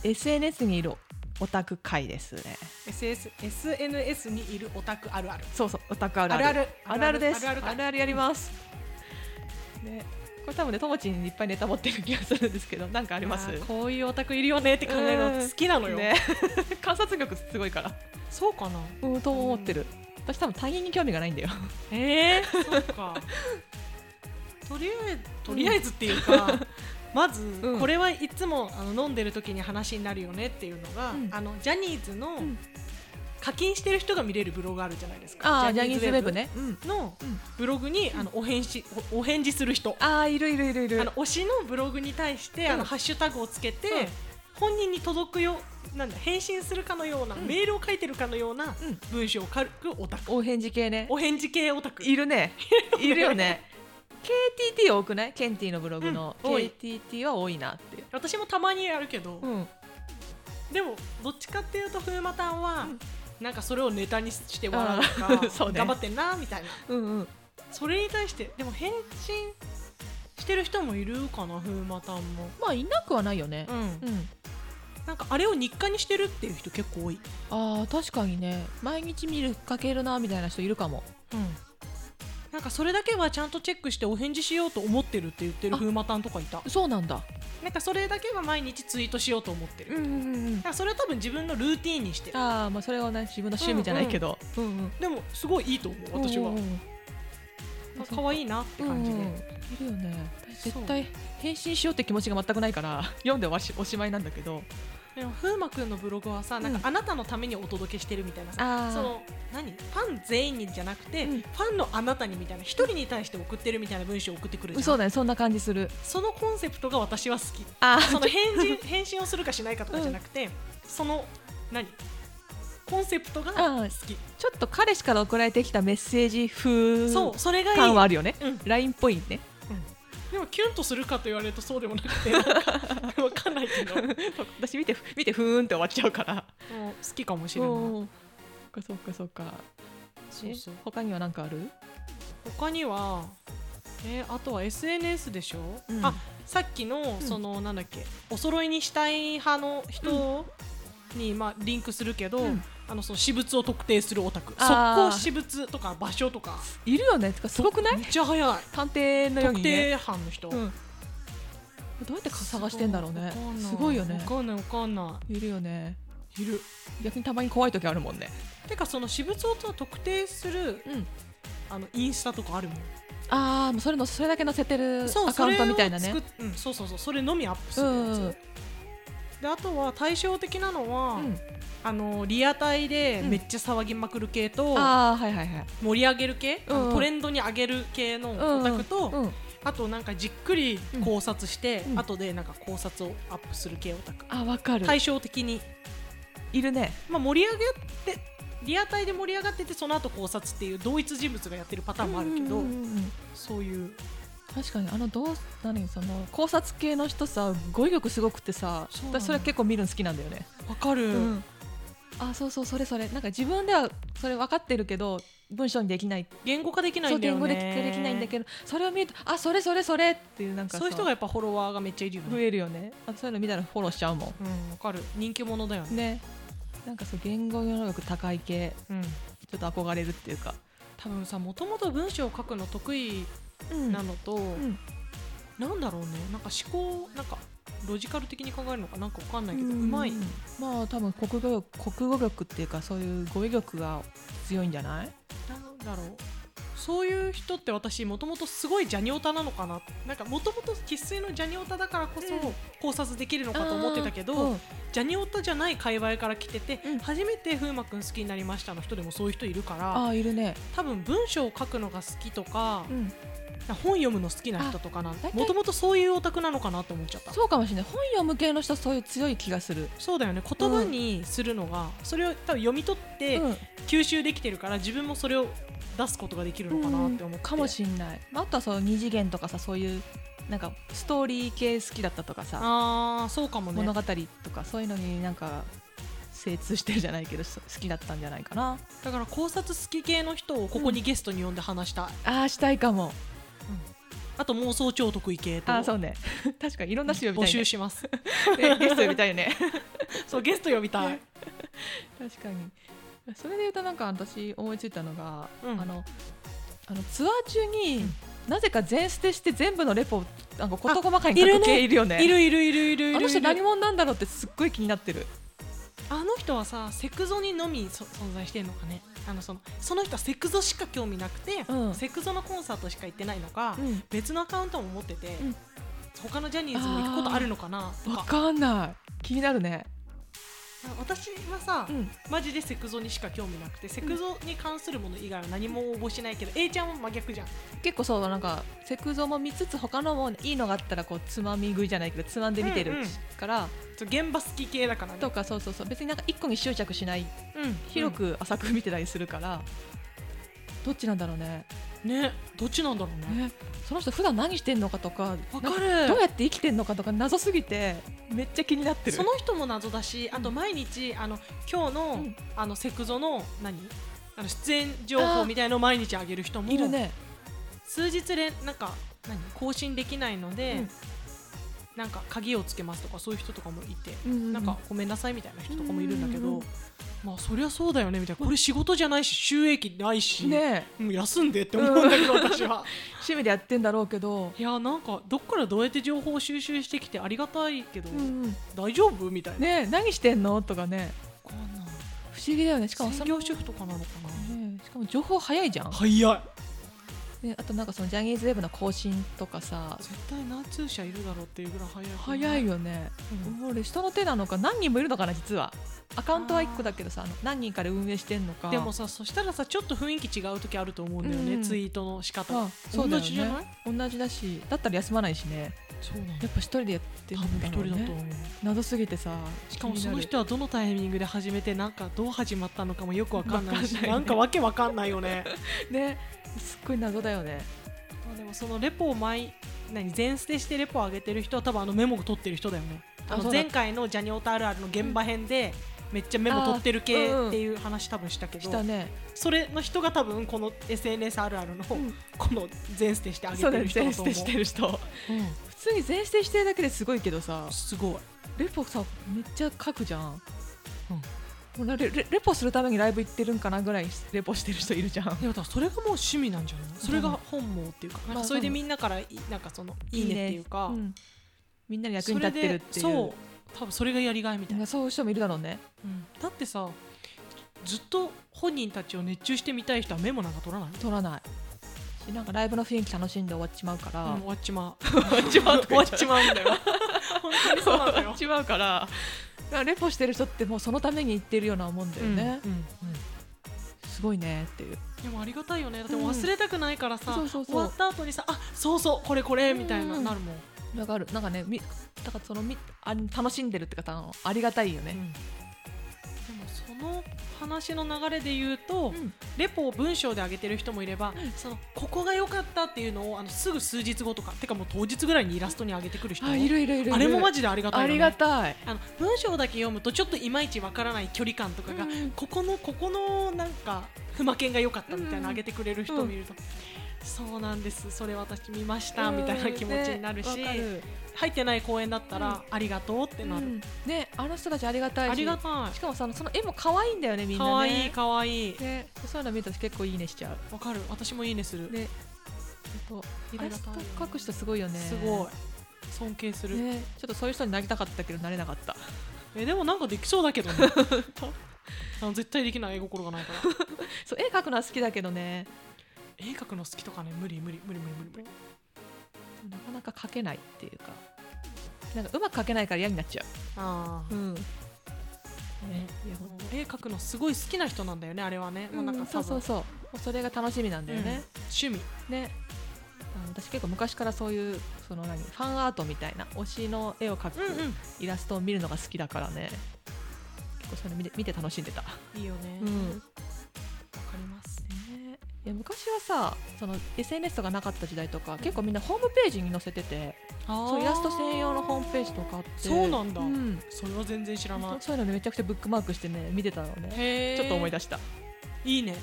[SPEAKER 1] SNS にいるオタク会ですね
[SPEAKER 2] SS SNS にいるオタクあるある
[SPEAKER 1] そうそうオタクあるある
[SPEAKER 2] あるある
[SPEAKER 1] あるあるです
[SPEAKER 2] あ
[SPEAKER 1] あ
[SPEAKER 2] る
[SPEAKER 1] る
[SPEAKER 2] ある
[SPEAKER 1] あるやりますねこれ多分ねともちんいっぱいネタ持ってる気がするんですけどなんかあ
[SPEAKER 2] あ
[SPEAKER 1] ります
[SPEAKER 2] ーこういうオタクいるよねって考えるの好きなのよ、
[SPEAKER 1] ね [laughs] 観察力すごいから
[SPEAKER 2] そうかな
[SPEAKER 1] うんと思ってる私多分他人に興味がないんだよ
[SPEAKER 2] えー、そっかとりあえずとりあえずっていうか、
[SPEAKER 1] [laughs]
[SPEAKER 2] まず、
[SPEAKER 1] うん
[SPEAKER 2] これはいつもあの飲んでる時に話になるよねっていうのが、
[SPEAKER 1] うん
[SPEAKER 2] あのジャニーズの
[SPEAKER 1] ん
[SPEAKER 2] 課金してる人が見れるブログあるじゃないですか、
[SPEAKER 1] ああジャニーズウェブねうん
[SPEAKER 2] の
[SPEAKER 1] うん
[SPEAKER 2] ブログにあのお返事おお返事する人
[SPEAKER 1] ああいるいるいるいる
[SPEAKER 2] あの推しのブログに対して、あ
[SPEAKER 1] う
[SPEAKER 2] の
[SPEAKER 1] ん
[SPEAKER 2] ハッシュタグをつけて、
[SPEAKER 1] うん
[SPEAKER 2] 本人に届くよなんだ返信するかのような、
[SPEAKER 1] うん
[SPEAKER 2] メールを書いてるかのような
[SPEAKER 1] うん
[SPEAKER 2] 文章を書くオタク、
[SPEAKER 1] お返事系ね
[SPEAKER 2] お返事系オタク
[SPEAKER 1] いるねいるよね KTT 多くないケンティのブログの、
[SPEAKER 2] うん多い
[SPEAKER 1] KTT は多いなっていう
[SPEAKER 2] [laughs] 私もたまにやるけど、
[SPEAKER 1] うん
[SPEAKER 2] でもどっちかっていうと風磨たんは、
[SPEAKER 1] うん
[SPEAKER 2] なんかそれをネタにして笑う
[SPEAKER 1] あ
[SPEAKER 2] とか
[SPEAKER 1] ー [laughs] そうね
[SPEAKER 2] 頑張ってんなみたいな
[SPEAKER 1] うんうん
[SPEAKER 2] それに対してでも返信してる人もいるかな風磨たんも、
[SPEAKER 1] まあいなくはないよね
[SPEAKER 2] うん
[SPEAKER 1] うん
[SPEAKER 2] なんかあれを日課にしてるっていう人結構多い、
[SPEAKER 1] あー確かにね毎日見るかけるなみたいな人いるかも
[SPEAKER 2] なんかそれだけはちゃんとチェックしてお返事しようと思ってるって言ってる
[SPEAKER 1] あ
[SPEAKER 2] 風磨たんとかいた
[SPEAKER 1] そうなんだ
[SPEAKER 2] なんかそれだけは毎日ツイートしようと思ってる、
[SPEAKER 1] うんうんうん
[SPEAKER 2] なんかそれは多分自分のルーティーンにしてる
[SPEAKER 1] ああまあそれはね自分の趣味じゃないけどうんうん
[SPEAKER 2] でもすごいいいと思う私は、
[SPEAKER 1] うんうんうん
[SPEAKER 2] あ可愛いなって感じで、
[SPEAKER 1] うんうんいるよね私絶対返信しようって気持ちが全くないから読んでおしおしまいなんだけど
[SPEAKER 2] でも風磨くんのブログはさなんか
[SPEAKER 1] うん
[SPEAKER 2] あなたのためにお届けしてるみたいなさ、
[SPEAKER 1] あ
[SPEAKER 2] その何ファン全員にじゃなくて、
[SPEAKER 1] うん
[SPEAKER 2] ファンのあなたにみたいな一人に対して送ってるみたいな文章を送ってくるじゃん
[SPEAKER 1] そうだねそんな感じする
[SPEAKER 2] そのコンセプトが私は好き
[SPEAKER 1] あ [laughs]
[SPEAKER 2] その返信返信をするかしないかとかじゃなくて、その何コンセプトが好
[SPEAKER 1] あー
[SPEAKER 2] き、
[SPEAKER 1] ちょっと彼氏から送られてきたメッセージ風
[SPEAKER 2] そうそれがいい
[SPEAKER 1] 感はあるよね
[SPEAKER 2] うん
[SPEAKER 1] LINE っぽいね
[SPEAKER 2] でもキュンとするかと言われるとそうで
[SPEAKER 1] [laughs]
[SPEAKER 2] もなくてなんかわかんないけどもう
[SPEAKER 1] 私見て見てふーんって終わっちゃうから
[SPEAKER 2] 好きかもしれない
[SPEAKER 1] そっかそっかそっか
[SPEAKER 2] そうそう
[SPEAKER 1] え他には何かある
[SPEAKER 2] 他にはえーあとは SNS でしょ、
[SPEAKER 1] うん
[SPEAKER 2] あさっきの
[SPEAKER 1] ん
[SPEAKER 2] その、なんだっけお揃いにしたい派の人に、まあ、リンクするけど、
[SPEAKER 1] うん
[SPEAKER 2] あのその私物を特定するオタク速
[SPEAKER 1] あー
[SPEAKER 2] 攻私物とか場所とか
[SPEAKER 1] いるよねてかすごくない
[SPEAKER 2] めっちゃ早い
[SPEAKER 1] 探偵のよう
[SPEAKER 2] 特
[SPEAKER 1] にね
[SPEAKER 2] 定班の人、
[SPEAKER 1] うんどうやってか探してんだろうね
[SPEAKER 2] わかんな
[SPEAKER 1] すごいよね
[SPEAKER 2] わかんないわかんない
[SPEAKER 1] るよね
[SPEAKER 2] いいる
[SPEAKER 1] 逆にたまに怖い時あるもんね
[SPEAKER 2] てかその私物を特定する
[SPEAKER 1] うん
[SPEAKER 2] あのインスタとかあるもん
[SPEAKER 1] ああもうそれのそれだけ載せてるアカウントみたいなね
[SPEAKER 2] それを作っうん、そうそうそうそれのみアップするやつ、
[SPEAKER 1] うん
[SPEAKER 2] であとは対照的なのは、
[SPEAKER 1] うん
[SPEAKER 2] あのリアタイで
[SPEAKER 1] うん
[SPEAKER 2] めっちゃ騒ぎまくる系と、
[SPEAKER 1] ああはいはいはい
[SPEAKER 2] 盛り上げる系、あの
[SPEAKER 1] うん
[SPEAKER 2] トレンドに上げる系のオタクと、
[SPEAKER 1] うん
[SPEAKER 2] あとなんかじっくり考察して、
[SPEAKER 1] うん
[SPEAKER 2] 後でなんか考察をアップする系オタク、
[SPEAKER 1] あわかる
[SPEAKER 2] 対照的に、
[SPEAKER 1] いるね
[SPEAKER 2] まあ、盛り上げてリアタイで盛り上がっててその後考察っていう同一人物がやってるパターンもあるけど、
[SPEAKER 1] うんうんうん
[SPEAKER 2] そういう
[SPEAKER 1] 確かにあのどう何その考察系の人さ語彙力すごくてさ
[SPEAKER 2] そうなの
[SPEAKER 1] 私それ結構見るの好きなんだよね、
[SPEAKER 2] わかる、
[SPEAKER 1] うんあそうそうそれそれなんか自分ではそれ分かってるけど文章にできない
[SPEAKER 2] 言語化できない
[SPEAKER 1] そうん
[SPEAKER 2] だよ
[SPEAKER 1] 言
[SPEAKER 2] ね
[SPEAKER 1] 語でできないんだけどそれを見るとあそれそれそれっていうなんかさ
[SPEAKER 2] そういう人がやっぱフォロワーがめっちゃいるよ
[SPEAKER 1] 増
[SPEAKER 2] ね。
[SPEAKER 1] えるよねあそういうの見たらフォローしちゃうも
[SPEAKER 2] うん、わかる。人気者だよ
[SPEAKER 1] ん
[SPEAKER 2] ね。
[SPEAKER 1] ねなんかそう言語能力高い系
[SPEAKER 2] うん。
[SPEAKER 1] ちょっと憧れるっていうか
[SPEAKER 2] 多分さ、もともと文章を書くの得意
[SPEAKER 1] うん
[SPEAKER 2] なのと、
[SPEAKER 1] ん
[SPEAKER 2] なんだろうね、なんか思考、なんかロジカル的に考えるのかなんかわかんないけど、うまい。
[SPEAKER 1] まあ多分国語力国語力っていうかそういう語彙力が強いんじゃない
[SPEAKER 2] なんだろう。そういう人って私もともとすごいジャニオタなのかななんかもともと生粋のジャニオタだからこそ
[SPEAKER 1] うん
[SPEAKER 2] 考察できるのかと思ってたけど、
[SPEAKER 1] うん
[SPEAKER 2] ジャニオタじゃない界隈から来てて、
[SPEAKER 1] うん
[SPEAKER 2] 初めて風磨くん好きになりましたの人でもそういう人いるから
[SPEAKER 1] あーいるね、
[SPEAKER 2] 多分文章を書くのが好きとか、本読むの好きな人とかな
[SPEAKER 1] 大体
[SPEAKER 2] もともとそういうオタクなのかなって思っちゃったそう
[SPEAKER 1] そうかもしれない本読む系の人はそういう強い気がする、
[SPEAKER 2] だよね言葉にするのが、それを多分読み取って
[SPEAKER 1] うん
[SPEAKER 2] 吸収できてるから自分もそれを出すことができるのかなって思う
[SPEAKER 1] かもしんない、まあ、あとはその二次元とかさそういうなんかストーリー系好きだったとかさ、
[SPEAKER 2] あーそうかもね
[SPEAKER 1] 物語とかそういうのになんか精通してるじゃないけど [laughs] そ好きだったんじゃないかな
[SPEAKER 2] だから考察好き系の人をここにゲストに呼んで話したい、
[SPEAKER 1] ああしたいかも
[SPEAKER 2] あと妄想超得意系と
[SPEAKER 1] あーそうね [laughs] 確かにいろんな人呼
[SPEAKER 2] 募
[SPEAKER 1] びたい、ね
[SPEAKER 2] 集、します
[SPEAKER 1] え [laughs] ゲスト呼びたいよね
[SPEAKER 2] [laughs] そうゲスト呼びたい、
[SPEAKER 1] 確かにそれで言うとなんか私思いついたのが、
[SPEAKER 2] うん
[SPEAKER 1] あのあのツアー中に、
[SPEAKER 2] うん
[SPEAKER 1] なぜか全捨てして全部のレポをなんか事細かに
[SPEAKER 2] あい
[SPEAKER 1] 書
[SPEAKER 2] るね
[SPEAKER 1] く系いるよね
[SPEAKER 2] いるいるいるいるいる
[SPEAKER 1] あの人何
[SPEAKER 2] も
[SPEAKER 1] 者なんだろうってすっごい気になってる
[SPEAKER 2] あの人はさセクゾにのみそ存在してんのかねあのそのその人はセクゾしか興味なくて、
[SPEAKER 1] うん
[SPEAKER 2] セクゾのコンサートしか行ってないのか、
[SPEAKER 1] うん
[SPEAKER 2] 別のアカウントも持ってて、
[SPEAKER 1] うん
[SPEAKER 2] 他のジャニーズも行くことあるのかなと
[SPEAKER 1] わ
[SPEAKER 2] か
[SPEAKER 1] かんない気になるね
[SPEAKER 2] 私はさ、
[SPEAKER 1] ん
[SPEAKER 2] マジでセクゾにしか興味なくてセクゾに関するもの以外は何も応募しないけど、A ちゃんは真逆じゃん
[SPEAKER 1] 結構そうなんかセクゾも見つつ他のもいいのがあったらこうつまみ食いじゃないけどつまんで見て
[SPEAKER 2] うんう
[SPEAKER 1] る
[SPEAKER 2] ん
[SPEAKER 1] から、
[SPEAKER 2] そう現場好き系だからね
[SPEAKER 1] とかそうそうそう別になんか一個に執着しない
[SPEAKER 2] うん
[SPEAKER 1] 広、く浅く見てたりするから、どっちなんだろうね
[SPEAKER 2] うんねどっちなんだろうね
[SPEAKER 1] ねその人普段何してんのかとか
[SPEAKER 2] わか
[SPEAKER 1] なん
[SPEAKER 2] る
[SPEAKER 1] どうやって生きてんのかとか謎すぎてめっちゃ気になってる
[SPEAKER 2] その人も謎だしあと毎日あの今日の、
[SPEAKER 1] うん
[SPEAKER 2] あのセクゾの何あの出演情報みたいのを毎日あげる人も
[SPEAKER 1] いるね
[SPEAKER 2] 数日連なんか何更新できないので、
[SPEAKER 1] うん
[SPEAKER 2] なんか鍵をつけますとかそういう人とかもいて、
[SPEAKER 1] な
[SPEAKER 2] なんかごめんなさいみたいな人とかもいるんだけど、
[SPEAKER 1] うんうんうん
[SPEAKER 2] まあそりゃそうだよねみたいなこれ仕事じゃないし収益ないし、
[SPEAKER 1] ね
[SPEAKER 2] もう休んでって思うんだけど私は。
[SPEAKER 1] 趣味でやってんだろうけど、
[SPEAKER 2] いやなんかどっからどうやって情報を収集してきてありがたいけど、
[SPEAKER 1] うん
[SPEAKER 2] 大丈夫みたいな。
[SPEAKER 1] ね何してんのとかね
[SPEAKER 2] こんな
[SPEAKER 1] 不思議だよねしかもそ
[SPEAKER 2] 専
[SPEAKER 1] の
[SPEAKER 2] 業主婦とかなのかな
[SPEAKER 1] ねしかも情報早いじゃん、
[SPEAKER 2] 早い
[SPEAKER 1] ね、あとなんかそのジャニーズウェブの更新とかさ
[SPEAKER 2] 絶対何通社いるだろうっていうぐらい早い
[SPEAKER 1] 早いよね、
[SPEAKER 2] うん
[SPEAKER 1] 俺人の手なのか何人もいるのかな実はアカウントは1個だけどさあの何人かで運営してんのか
[SPEAKER 2] でもさそしたらさちょっと雰囲気違う時あると思うんだよね、
[SPEAKER 1] うん
[SPEAKER 2] ツイートの仕方
[SPEAKER 1] あ
[SPEAKER 2] が
[SPEAKER 1] そうだよ
[SPEAKER 2] 同じじゃない
[SPEAKER 1] ね同じだしだったら休まないしね
[SPEAKER 2] そうなの
[SPEAKER 1] やっぱ一人でやってる
[SPEAKER 2] 多
[SPEAKER 1] ん
[SPEAKER 2] 分
[SPEAKER 1] だ
[SPEAKER 2] 一
[SPEAKER 1] ろう
[SPEAKER 2] 人だと
[SPEAKER 1] ね
[SPEAKER 2] 思う
[SPEAKER 1] 謎すぎてさ
[SPEAKER 2] しかもそ
[SPEAKER 1] 気に
[SPEAKER 2] の
[SPEAKER 1] なる
[SPEAKER 2] 人はどのタイミングで始めてなんかどう始まったのかもよくわかんないし
[SPEAKER 1] わ
[SPEAKER 2] な
[SPEAKER 1] かんない
[SPEAKER 2] んかわけわかんないよね
[SPEAKER 1] ねすっごい謎だよね
[SPEAKER 2] まあでもそのレポを毎何全捨てしてレポを上げてる人は多分あのメモを取ってる人だよね
[SPEAKER 1] あ
[SPEAKER 2] あの
[SPEAKER 1] そうだ
[SPEAKER 2] 前回のジャニオタあるあるの現場編でめっちゃメモ取ってる系
[SPEAKER 1] あーうん
[SPEAKER 2] っていう話多分したけど、
[SPEAKER 1] したね
[SPEAKER 2] それの人が多分この SNS あるあるの、
[SPEAKER 1] ん
[SPEAKER 2] この全捨てしてあげ
[SPEAKER 1] そう
[SPEAKER 2] て
[SPEAKER 1] だ
[SPEAKER 2] る
[SPEAKER 1] よ
[SPEAKER 2] 人だ
[SPEAKER 1] 全
[SPEAKER 2] と
[SPEAKER 1] 捨
[SPEAKER 2] 思う
[SPEAKER 1] てしてる人普通に全捨てしてるだけですごいけどさ
[SPEAKER 2] うんすごい
[SPEAKER 1] レポさめっちゃ書くじゃん、
[SPEAKER 2] うん
[SPEAKER 1] もうなレレレポするためにライブ行ってるんかなぐらいレポしてる人いるじゃん
[SPEAKER 2] いやだからそれがもう趣味なんじゃないそれが本望っていうかなん
[SPEAKER 1] ま
[SPEAKER 2] か
[SPEAKER 1] あ
[SPEAKER 2] それでみんなからいなんかその [laughs] いいねっていうか、
[SPEAKER 1] んみんなに役に
[SPEAKER 2] そ
[SPEAKER 1] 立
[SPEAKER 2] れ
[SPEAKER 1] ってる
[SPEAKER 2] で
[SPEAKER 1] っていう
[SPEAKER 2] そう多分それがやりがいみた
[SPEAKER 1] な
[SPEAKER 2] い
[SPEAKER 1] ん
[SPEAKER 2] な、
[SPEAKER 1] かそういう人もいるだろうね
[SPEAKER 2] だってさずっと本人たちを熱中してみたい人はメモなんか取らない
[SPEAKER 1] 取らないしなんかライブの雰囲気楽しんで終わっちまうから、
[SPEAKER 2] うん、終わっちまう
[SPEAKER 1] 終わっちまう
[SPEAKER 2] 終わっちまうんだよ本当にそうなんだよ
[SPEAKER 1] 終わっちまうからだからレポしてる人ってもうそのために行ってるようなもんだよね、
[SPEAKER 2] うんうんうん
[SPEAKER 1] すごいねっていう
[SPEAKER 2] でもありがたいよねだってもう忘れたくないからさ、
[SPEAKER 1] そうそう
[SPEAKER 2] 終
[SPEAKER 1] そ
[SPEAKER 2] わ
[SPEAKER 1] う
[SPEAKER 2] った後にさあそうそうこれこれみたいな
[SPEAKER 1] うん
[SPEAKER 2] なるもん、
[SPEAKER 1] わかるなんかねみだからそのみあ楽しんでるって方のありがたいよね、
[SPEAKER 2] でもその話の流れで言うと、
[SPEAKER 1] うん
[SPEAKER 2] レポを文章で上げてる人もいれば、そのここが良かったっていうのをあのすぐ数日後とかてかもう当日ぐらいにイラストに上げてくる人
[SPEAKER 1] あいるいるいるいる
[SPEAKER 2] あれもマジでありがたい
[SPEAKER 1] あ
[SPEAKER 2] よ、ね、
[SPEAKER 1] りがたい
[SPEAKER 2] あの文章だけ読むとちょっといまいちわからない距離感とかが、
[SPEAKER 1] うん
[SPEAKER 2] ここのここのなんか不負けが良かったみたいなの上げてくれる人を見ると、そうなんですそれ私見ましたみたいな気持ちになるし、
[SPEAKER 1] ねわかる
[SPEAKER 2] 入ってない公演だったら、ありがとうってなる、
[SPEAKER 1] うんねあの人たちありがたいし
[SPEAKER 2] ありがた
[SPEAKER 1] しかもさその絵も可愛いんだよねみ
[SPEAKER 2] い
[SPEAKER 1] んなね
[SPEAKER 2] 可愛い可愛い
[SPEAKER 1] ねそういうの見ると結構いいねしちゃ
[SPEAKER 2] わかる私もいいねする、
[SPEAKER 1] うねほんとイラスト
[SPEAKER 2] ありがたいよね
[SPEAKER 1] 描く人すごいよね
[SPEAKER 2] すごい尊敬する、
[SPEAKER 1] ねちょっとそういう人になりたかったけどなれなかった
[SPEAKER 2] えでもなんかできそうだけ
[SPEAKER 1] [laughs]
[SPEAKER 2] どねあの絶対できない絵心がないから
[SPEAKER 1] そう絵描くのは好きだけどね
[SPEAKER 2] 絵描くの好きとかね無理無理無理無理無理無理
[SPEAKER 1] なかなか描けないっていうかなんかうまく描けないから嫌になっちゃ
[SPEAKER 2] あ
[SPEAKER 1] ううんねいや
[SPEAKER 2] あ
[SPEAKER 1] ほんと
[SPEAKER 2] 絵描くのすごい好きな人なんだよねあれはね、もうなん
[SPEAKER 1] う
[SPEAKER 2] か
[SPEAKER 1] んそ
[SPEAKER 2] 多
[SPEAKER 1] う
[SPEAKER 2] 分
[SPEAKER 1] そうそうもうそれが楽しみなんだよね、
[SPEAKER 2] 趣味
[SPEAKER 1] ねあの私結構昔からそういうその何ファンアートみたいな推しの絵を描くイラストを見るのが好きだからね結構それ見て見て楽しんでた、
[SPEAKER 2] いいよねわ、かります
[SPEAKER 1] ねえいや昔はさその SNS とかなかった時代とか結構みんなホームページに載せててそうイラスト専用のホームページとかあって
[SPEAKER 2] そうなんだ
[SPEAKER 1] うん
[SPEAKER 2] それは全然知らない
[SPEAKER 1] そういうのねめちゃくちゃブックマークしてね見てたのね
[SPEAKER 2] へ
[SPEAKER 1] ちょっと思い
[SPEAKER 2] 出
[SPEAKER 1] 出した、
[SPEAKER 2] いいね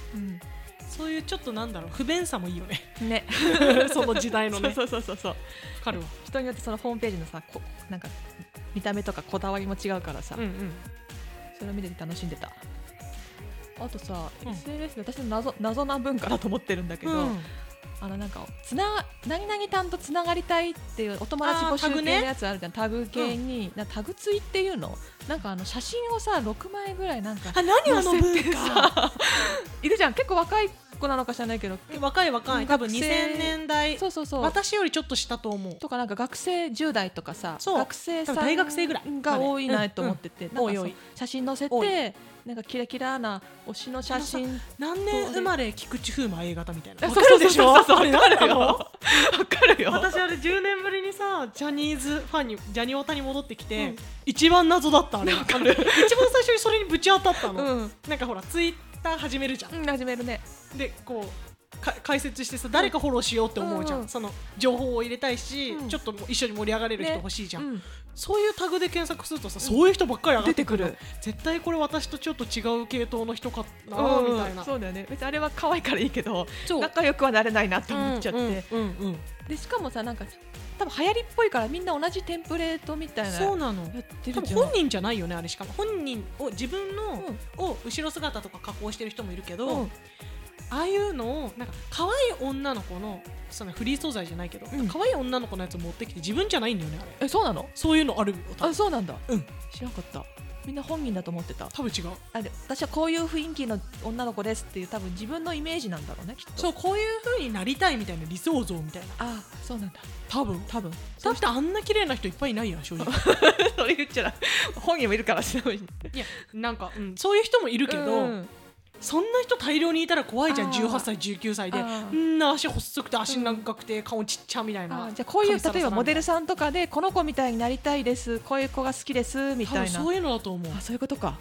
[SPEAKER 2] そういうちょっとなんだろう不便さもいいよね
[SPEAKER 1] ね
[SPEAKER 2] [laughs] その時代のねわ
[SPEAKER 1] [laughs] そうそうそうそうそう
[SPEAKER 2] かるわ
[SPEAKER 1] 人によってそのホームページのさこなんか見た目とかこだわりも違うからさ、
[SPEAKER 2] うんうん
[SPEAKER 1] それを見てて楽しんでたあとさ、
[SPEAKER 2] うん
[SPEAKER 1] SNS で私の謎謎な文化だと思ってるんだけど、
[SPEAKER 2] うん
[SPEAKER 1] あのなんかつな何々たんとつながりたいっていうお友達募
[SPEAKER 2] あータ
[SPEAKER 1] 集
[SPEAKER 2] グ
[SPEAKER 1] 系の
[SPEAKER 2] ね
[SPEAKER 1] やつあるじゃんタグ,、系になタグツイっていうのなんかあの写真をさ6枚ぐらいなんか
[SPEAKER 2] あ何あの
[SPEAKER 1] 載せて
[SPEAKER 2] 文化
[SPEAKER 1] さいるじゃん結構若い子なのか知らないけど
[SPEAKER 2] 若い若い多分
[SPEAKER 1] 学生
[SPEAKER 2] 2000年代
[SPEAKER 1] そうそうそう
[SPEAKER 2] 私よりちょっと下と思う
[SPEAKER 1] とかなんか学生10代とかさ
[SPEAKER 2] そう
[SPEAKER 1] 学生さん
[SPEAKER 2] 多分大学生ぐらい
[SPEAKER 1] が多い
[SPEAKER 2] まで
[SPEAKER 1] な
[SPEAKER 2] うん
[SPEAKER 1] と思ってて、
[SPEAKER 2] 多い
[SPEAKER 1] なん
[SPEAKER 2] 多
[SPEAKER 1] かそ
[SPEAKER 2] い
[SPEAKER 1] う写真載せ
[SPEAKER 2] 多
[SPEAKER 1] てなんかキラキラな推しの写真
[SPEAKER 2] 何年生まれ菊池風磨 A 型みたいな
[SPEAKER 1] あ
[SPEAKER 2] わ
[SPEAKER 1] そ
[SPEAKER 2] か
[SPEAKER 1] うそう
[SPEAKER 2] るでしょ
[SPEAKER 1] そうそうそうわかるよ
[SPEAKER 2] わかる
[SPEAKER 1] わかるよ
[SPEAKER 2] 私あれ10年ぶりにさジャニーズファンにジャニオタに戻ってき
[SPEAKER 1] う
[SPEAKER 2] て、
[SPEAKER 1] ん
[SPEAKER 2] 一番謎だったあれがあの一番最初にそれにぶち当たった
[SPEAKER 1] [laughs]
[SPEAKER 2] の、
[SPEAKER 1] うん
[SPEAKER 2] なんかほらツイッター始めるじゃん、
[SPEAKER 1] うん始めるね
[SPEAKER 2] でこうか解説してさ誰かフォローしようって思うじゃん、
[SPEAKER 1] うん
[SPEAKER 2] その情報を入れたいし、
[SPEAKER 1] うん
[SPEAKER 2] ちょっともう一緒に盛り上がれる人
[SPEAKER 1] ね
[SPEAKER 2] 欲しいじゃん、
[SPEAKER 1] うん
[SPEAKER 2] そういうタグで検索するとさそういう人ばっかり上がっ
[SPEAKER 1] 出
[SPEAKER 2] て
[SPEAKER 1] て
[SPEAKER 2] く
[SPEAKER 1] く
[SPEAKER 2] る
[SPEAKER 1] [laughs] る
[SPEAKER 2] 絶対これ私とちょっと違う系統の人かな
[SPEAKER 1] うん
[SPEAKER 2] みたいな、
[SPEAKER 1] そうだよね別にあれは可愛いからいいけど
[SPEAKER 2] そう
[SPEAKER 1] 仲良くはなれないなって思っちゃって、
[SPEAKER 2] うんうんうんうん
[SPEAKER 1] でしかもさなんか多分流行りっぽいからみんな同じテンプレートみたいな
[SPEAKER 2] そうなの
[SPEAKER 1] やって
[SPEAKER 2] 多
[SPEAKER 1] る
[SPEAKER 2] 分
[SPEAKER 1] じゃん
[SPEAKER 2] 本人じゃないよねあれしかも本人を自分の、
[SPEAKER 1] うん
[SPEAKER 2] を後ろ姿とか加工してる人もいるけど、
[SPEAKER 1] うん
[SPEAKER 2] ああいうのをなんか可愛い女の子のそのフリー素材じゃないけど、
[SPEAKER 1] うん
[SPEAKER 2] 可愛い女の子のやつ持ってきて自分じゃないんだよねあれ
[SPEAKER 1] えそうなの
[SPEAKER 2] そういうのあるよ多
[SPEAKER 1] あ
[SPEAKER 2] 分
[SPEAKER 1] そうなんだ、
[SPEAKER 2] うん
[SPEAKER 1] 知らなかったみんな本人だと思ってた
[SPEAKER 2] 多分違う
[SPEAKER 1] あで私はこういう雰囲気の女の子ですっていう多分自分のイメージなんだろうねきっと
[SPEAKER 2] そうこういう風になりたいみたいな理想像みたいな
[SPEAKER 1] あそうなんだ
[SPEAKER 2] 多分 [laughs]
[SPEAKER 1] 多分
[SPEAKER 2] だってあんな綺麗な人いっぱいいないやん正直
[SPEAKER 1] それ言っちゃら本人もいるからしない
[SPEAKER 2] いやなんか、うん、そういう人もいるけど、そんな人大量にいたら怖いじゃん
[SPEAKER 1] あー
[SPEAKER 2] 18歳19歳で
[SPEAKER 1] あー
[SPEAKER 2] んな足細くて足長くて顔ちっちゃみたいな
[SPEAKER 1] あじゃあこういう
[SPEAKER 2] 髪サラサ
[SPEAKER 1] 例え
[SPEAKER 2] ラ
[SPEAKER 1] ばモデルさんとかでこの子みたいになりたいですこういう子が好きですみ
[SPEAKER 2] みた
[SPEAKER 1] た
[SPEAKER 2] い
[SPEAKER 1] いな
[SPEAKER 2] な多分そういうのだと思う
[SPEAKER 1] あそういうことか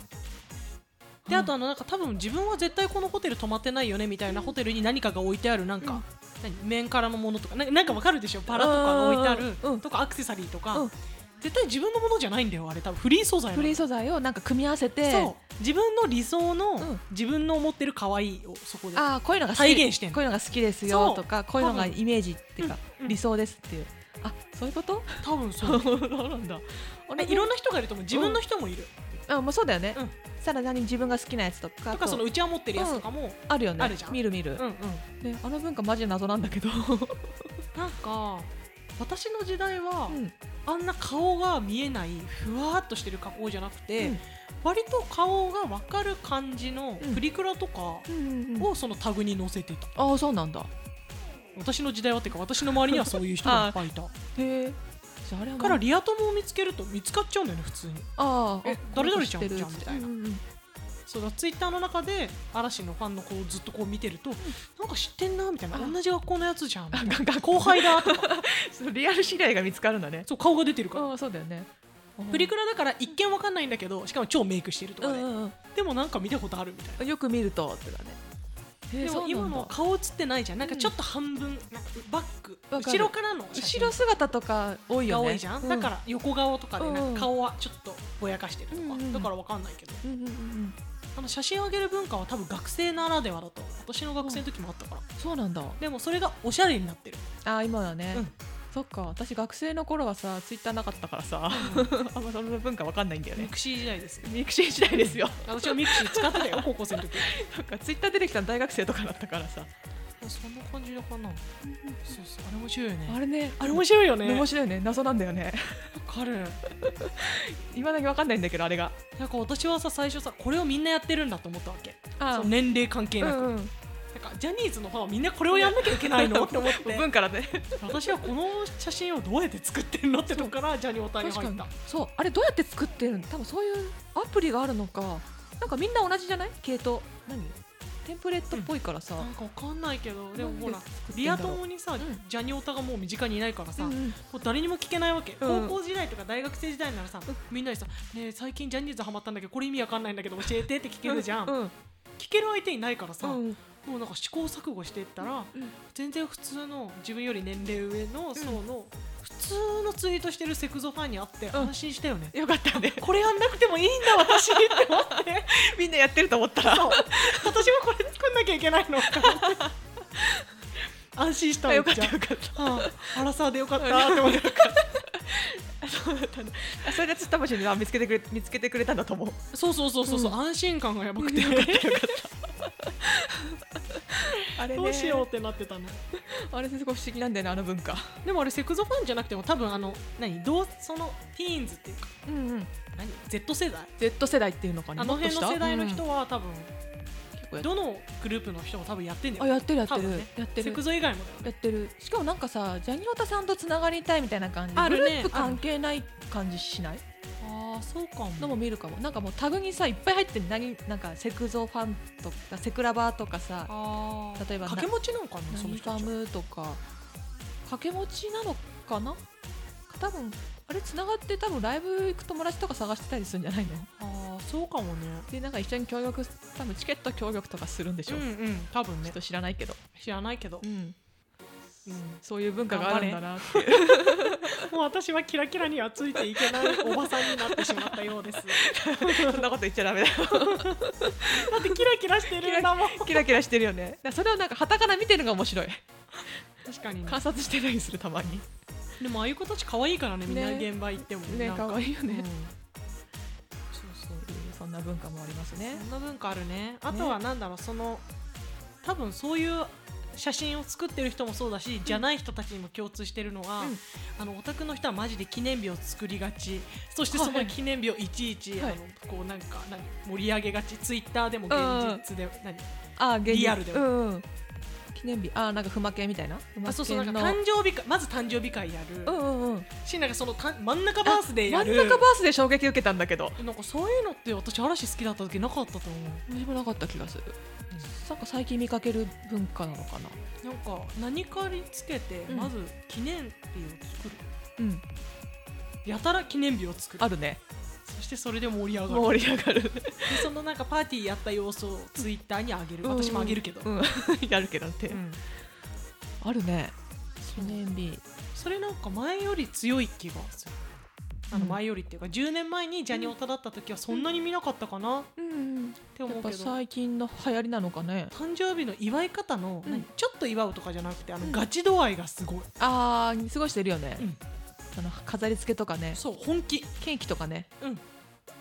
[SPEAKER 2] で
[SPEAKER 1] うん
[SPEAKER 2] あとあのなんか多分自分は絶対このホテル泊まってないよねみたいなホテルに何かが置いてあるなんか、何面からのものとかななんかわかるでしょバラとかが置いてある
[SPEAKER 1] うんうん
[SPEAKER 2] とかアクセサリーとか、
[SPEAKER 1] うん
[SPEAKER 2] 絶対自分のものじゃないんだよあれ多分フリー素材な
[SPEAKER 1] フ
[SPEAKER 2] の
[SPEAKER 1] リー素材をなんか組み合わせて
[SPEAKER 2] そう自分の理想の、
[SPEAKER 1] ん
[SPEAKER 2] 自分の思ってる可愛いをそこで
[SPEAKER 1] あーこういうのが好き
[SPEAKER 2] 体現してんの
[SPEAKER 1] こういうのが好きです
[SPEAKER 2] そ
[SPEAKER 1] よ
[SPEAKER 2] う
[SPEAKER 1] とかこういうのが
[SPEAKER 2] 多分
[SPEAKER 1] イメージっていうか、
[SPEAKER 2] うんうん
[SPEAKER 1] 理想ですっていうあそういうこと
[SPEAKER 2] 多分そう
[SPEAKER 1] [laughs] そうなんだあ
[SPEAKER 2] え
[SPEAKER 1] れ
[SPEAKER 2] い
[SPEAKER 1] いろ
[SPEAKER 2] ろ
[SPEAKER 1] ん
[SPEAKER 2] んな人がいると思う自分の人もいる、
[SPEAKER 1] なあもうそうだよね、
[SPEAKER 2] うん
[SPEAKER 1] さらに自分が好きなやつとか
[SPEAKER 2] とかその
[SPEAKER 1] あと
[SPEAKER 2] うちは持ってるやつとかも、
[SPEAKER 1] あるよね
[SPEAKER 2] あるじゃん
[SPEAKER 1] 見る見る、
[SPEAKER 2] うんうん
[SPEAKER 1] ね、あの文化マジで謎なんだけど、
[SPEAKER 2] なんか私の時代は、
[SPEAKER 1] うん
[SPEAKER 2] あんな顔が見えないふわーっとしてる加工じゃなくて、割と顔が分かる感じの
[SPEAKER 1] うん
[SPEAKER 2] プリクラとか
[SPEAKER 1] うんうん
[SPEAKER 2] をそのタグに載せてた、
[SPEAKER 1] ああそうなんだ
[SPEAKER 2] 私の時代はっていうか私の周りにはそういう人がいっぱいいた
[SPEAKER 1] へえじゃああれは
[SPEAKER 2] から
[SPEAKER 1] あ
[SPEAKER 2] リア友を見つけると見つかっちゃうんだよね普通に
[SPEAKER 1] あー
[SPEAKER 2] え
[SPEAKER 1] あ
[SPEAKER 2] 誰々ちゃん
[SPEAKER 1] 知ってる
[SPEAKER 2] じゃんみたいな
[SPEAKER 1] うんうんうん
[SPEAKER 2] そうだツイッターの中で嵐のファンの子をずっとこう見てると、なんか知ってんなみたいな
[SPEAKER 1] あ
[SPEAKER 2] 同じ学校のやつじゃんみたいな
[SPEAKER 1] なんか
[SPEAKER 2] 後輩だとか
[SPEAKER 1] そうリアル知り合いが見つかるんだね
[SPEAKER 2] そう顔が出てるから、
[SPEAKER 1] ああそうだよね
[SPEAKER 2] プリク
[SPEAKER 1] ラ
[SPEAKER 2] ラだから一見わかんないんだけどしかも超メイクしてるとかで、
[SPEAKER 1] うんうん
[SPEAKER 2] でもなんか見たことあるみたいな
[SPEAKER 1] うん、よく見るとってだねへー
[SPEAKER 2] で
[SPEAKER 1] そうなん
[SPEAKER 2] も
[SPEAKER 1] だ
[SPEAKER 2] 今の顔映ってないじゃんなんか
[SPEAKER 1] うん
[SPEAKER 2] ちょっと半分、なんかバック
[SPEAKER 1] わかる
[SPEAKER 2] 後ろからの写
[SPEAKER 1] 後
[SPEAKER 2] 真
[SPEAKER 1] ろ姿とか多い
[SPEAKER 2] が
[SPEAKER 1] よね、
[SPEAKER 2] 多いじゃん、だからら横顔とかで
[SPEAKER 1] うん
[SPEAKER 2] な
[SPEAKER 1] うんん
[SPEAKER 2] か顔はちょっとぼやかしてると
[SPEAKER 1] う
[SPEAKER 2] か、
[SPEAKER 1] んうんうん
[SPEAKER 2] だからわかんないけど
[SPEAKER 1] うんうんうんうん、
[SPEAKER 2] あの写真を上げる文化は多分学生ならではだと思う私の学生の時もあったから、
[SPEAKER 1] そうなんだ
[SPEAKER 2] でもそれがおしゃれになってる
[SPEAKER 1] あー今はね、
[SPEAKER 2] うん
[SPEAKER 1] そっか私学生の頃はさツイッターなかったからさ [laughs] あんまその文化わかんないんだよ
[SPEAKER 2] ミ
[SPEAKER 1] ね
[SPEAKER 2] クシー時代ですよ
[SPEAKER 1] ミクシー時代ですよ
[SPEAKER 2] 私はミクシー使ってた [laughs] よ高校生の時
[SPEAKER 1] なんかツイッター出てきたの大学生とかだったからさ
[SPEAKER 2] そんな感じだかなそうそうあれ面白いよ
[SPEAKER 1] あ
[SPEAKER 2] ね
[SPEAKER 1] れね
[SPEAKER 2] あれ面白いよね
[SPEAKER 1] 面白いよね謎なんだよね
[SPEAKER 2] わかる
[SPEAKER 1] [laughs] 今だけわかんないんだけどあれが
[SPEAKER 2] なんか私はさ最初さこれをみんなやってるんだと思ったわけ
[SPEAKER 1] あ
[SPEAKER 2] その年齢関係なく、
[SPEAKER 1] うんうん
[SPEAKER 2] なんかジャニーズのファンはみんなこれをやんなきゃいけない
[SPEAKER 1] [laughs]
[SPEAKER 2] のって思って
[SPEAKER 1] 文化だね
[SPEAKER 2] 私はこの写真をどうやって作ってんのってとこからジャニオタに入った
[SPEAKER 1] そうあれどうやって作ってるの多分そういうアプリがあるのかなんかみんな同じじゃない系統何テンプレートっぽいからさ、
[SPEAKER 2] なんかわかんないけどでもほら
[SPEAKER 1] なんで作ってん
[SPEAKER 2] リア
[SPEAKER 1] だろう
[SPEAKER 2] 友にさ、
[SPEAKER 1] ん
[SPEAKER 2] ジャニオタがもう身近にいないからさ、
[SPEAKER 1] うん
[SPEAKER 2] も
[SPEAKER 1] うん
[SPEAKER 2] う誰にも聞けないわけ、
[SPEAKER 1] うん
[SPEAKER 2] 高校時代とか大学生時代ならさ、みんなにさ「ねえ最近ジャニーズハマったんだけどこれ意味わかんないんだけど教えて」って聞けるじゃん、
[SPEAKER 1] うん
[SPEAKER 2] 聞ける相手いないからさ、
[SPEAKER 1] うん
[SPEAKER 2] もうなんか試行錯誤していったら、
[SPEAKER 1] うん
[SPEAKER 2] 全然普通の自分より年齢上の層の普通のツイートしてるセクゾファンに会って
[SPEAKER 1] ん
[SPEAKER 2] 安心したよね、
[SPEAKER 1] よかった [laughs] ね
[SPEAKER 2] これやんなくてもいいんだ私 [laughs] って思って
[SPEAKER 1] みんなやってると思ったら
[SPEAKER 2] そう私もこれ作んなきゃいけないの [laughs] と思って安心したわ
[SPEAKER 1] よかっ
[SPEAKER 2] め
[SPEAKER 1] た
[SPEAKER 2] ちゃ
[SPEAKER 1] よかった
[SPEAKER 2] はあ、アラサーでよかったって思って
[SPEAKER 1] そうだったんだあ [laughs] それでつったもしれないあ見つけてくれ見つけてくれたんだと思う
[SPEAKER 2] そうそうそうそうそう、
[SPEAKER 1] う
[SPEAKER 2] 安心感がやばくてよかったよかっ
[SPEAKER 1] あれ
[SPEAKER 2] た
[SPEAKER 1] ね
[SPEAKER 2] [laughs] どうしようってなってたの
[SPEAKER 1] あれすごい不思議なんだよねあの文化
[SPEAKER 2] でもあれセクゾファンじゃなくても多分あの何どうそのティーンズっていうか
[SPEAKER 1] うんうん
[SPEAKER 2] 何 Z 世代
[SPEAKER 1] Z 世代っていうのかな
[SPEAKER 2] あの辺の世代の人
[SPEAKER 1] もっ
[SPEAKER 2] は多分
[SPEAKER 1] としたうん
[SPEAKER 2] どのグループの人も多分やってんだ
[SPEAKER 1] あ
[SPEAKER 2] よ
[SPEAKER 1] やってるやって
[SPEAKER 2] 多
[SPEAKER 1] る、
[SPEAKER 2] 分ね
[SPEAKER 1] やって
[SPEAKER 2] セ
[SPEAKER 1] る
[SPEAKER 2] クゾ以外もだ
[SPEAKER 1] や
[SPEAKER 2] よ
[SPEAKER 1] ってるしかもなんかさジャニオタさんとつながりたいみたいな感じ
[SPEAKER 2] あるね
[SPEAKER 1] グループ関係ない感じしない
[SPEAKER 2] ああそうか
[SPEAKER 1] のも見るかもなんかもうタグにさいっぱい入ってる何なんかセクゾファンとかセクラバーとかさ
[SPEAKER 2] あ
[SPEAKER 1] 例えばな
[SPEAKER 2] 掛け持ちなのかな
[SPEAKER 1] 何
[SPEAKER 2] その
[SPEAKER 1] フ
[SPEAKER 2] 人た
[SPEAKER 1] ァ
[SPEAKER 2] ちは
[SPEAKER 1] ムとか掛け持ちなのかな多分あれつながって多分ライブ行く友達とか探してたりするんじゃないの
[SPEAKER 2] ああそうかもね
[SPEAKER 1] でなんか一緒に協力多分チケット協力とかするんでし
[SPEAKER 2] う
[SPEAKER 1] ょ、
[SPEAKER 2] ん
[SPEAKER 1] う
[SPEAKER 2] うん多分
[SPEAKER 1] ちょ
[SPEAKER 2] ね
[SPEAKER 1] っと知らないけど、
[SPEAKER 2] 知らないけど、うん
[SPEAKER 1] そういう文化があ
[SPEAKER 2] [laughs]
[SPEAKER 1] るんだなっていう
[SPEAKER 2] もう私はキラキラにはついていけないおばさんになってしまったようですだ
[SPEAKER 1] そんなこと言っちゃダメだよ
[SPEAKER 2] ってキラキラしてるんだもん
[SPEAKER 1] [laughs] キラキラしてるよねだからそれをなんか傍から見てるのが面白い
[SPEAKER 2] 確かにね
[SPEAKER 1] 観察してたりするたまに
[SPEAKER 2] でもああいう子たち可愛いからねみんな
[SPEAKER 1] ね
[SPEAKER 2] 現場行ってもなんか
[SPEAKER 1] 愛いよ
[SPEAKER 2] うん、そうそう
[SPEAKER 1] そんな文化もありますね
[SPEAKER 2] そんな文化あるねあとはなんだろうその多分そういう写真を作ってる人もそうだし、じゃない人たちにも共通してるのは、
[SPEAKER 1] うん
[SPEAKER 2] あのオタクの人はマジで記念日を作りがちそしてそ
[SPEAKER 1] は
[SPEAKER 2] の
[SPEAKER 1] い
[SPEAKER 2] 記念日をいちいち、
[SPEAKER 1] はい
[SPEAKER 2] あのこうなんか何盛り上げがちツイッターでも現実で、何
[SPEAKER 1] ああ現実
[SPEAKER 2] リアルでも
[SPEAKER 1] うんうん記念日ああなんかふまけみたいな
[SPEAKER 2] あそうそうなんか
[SPEAKER 1] ふま
[SPEAKER 2] 誕
[SPEAKER 1] け
[SPEAKER 2] 生日会まず誕生日会やる、
[SPEAKER 1] のうんうんうん
[SPEAKER 2] しなんかそのた真ん中バースデーや
[SPEAKER 1] 真
[SPEAKER 2] る
[SPEAKER 1] ん中バースで衝撃受けたんだけど
[SPEAKER 2] なんかそういうのって私嵐好きだった時なかったと思う
[SPEAKER 1] 私もなかった気がするなんか最近見かける文化なのかな
[SPEAKER 2] なんか何かにつけて
[SPEAKER 1] うん
[SPEAKER 2] まず記念日を作る、
[SPEAKER 1] うん
[SPEAKER 2] やたら記念日を作る
[SPEAKER 1] あるね
[SPEAKER 2] そしてそれで盛り上がる
[SPEAKER 1] 盛り上がる
[SPEAKER 2] でそのなんかパーティーやった様子をツイッターに上げる、
[SPEAKER 1] うん
[SPEAKER 2] 私も上げるけど、
[SPEAKER 1] うん [laughs] やるけどって
[SPEAKER 2] うん
[SPEAKER 1] あるね記
[SPEAKER 2] そう
[SPEAKER 1] 念日
[SPEAKER 2] それなんか前より強い気がするあの
[SPEAKER 1] うん
[SPEAKER 2] 前よりっていうか10年前にジャニオタだった時はそんなに見なかったかなっ
[SPEAKER 1] うん
[SPEAKER 2] て
[SPEAKER 1] や
[SPEAKER 2] 思
[SPEAKER 1] っ
[SPEAKER 2] うけ
[SPEAKER 1] ぱ
[SPEAKER 2] ど
[SPEAKER 1] 最近の流行りなのかね
[SPEAKER 2] 誕生日の祝い方の、
[SPEAKER 1] うん
[SPEAKER 2] 何ちょっと祝うとかじゃなくてあの
[SPEAKER 1] うん
[SPEAKER 2] ガチ度合いがすごい、
[SPEAKER 1] ああ過ごしてるよね
[SPEAKER 2] うん
[SPEAKER 1] あの飾り付けとかね
[SPEAKER 2] そう本気
[SPEAKER 1] ケーキとかね
[SPEAKER 2] うん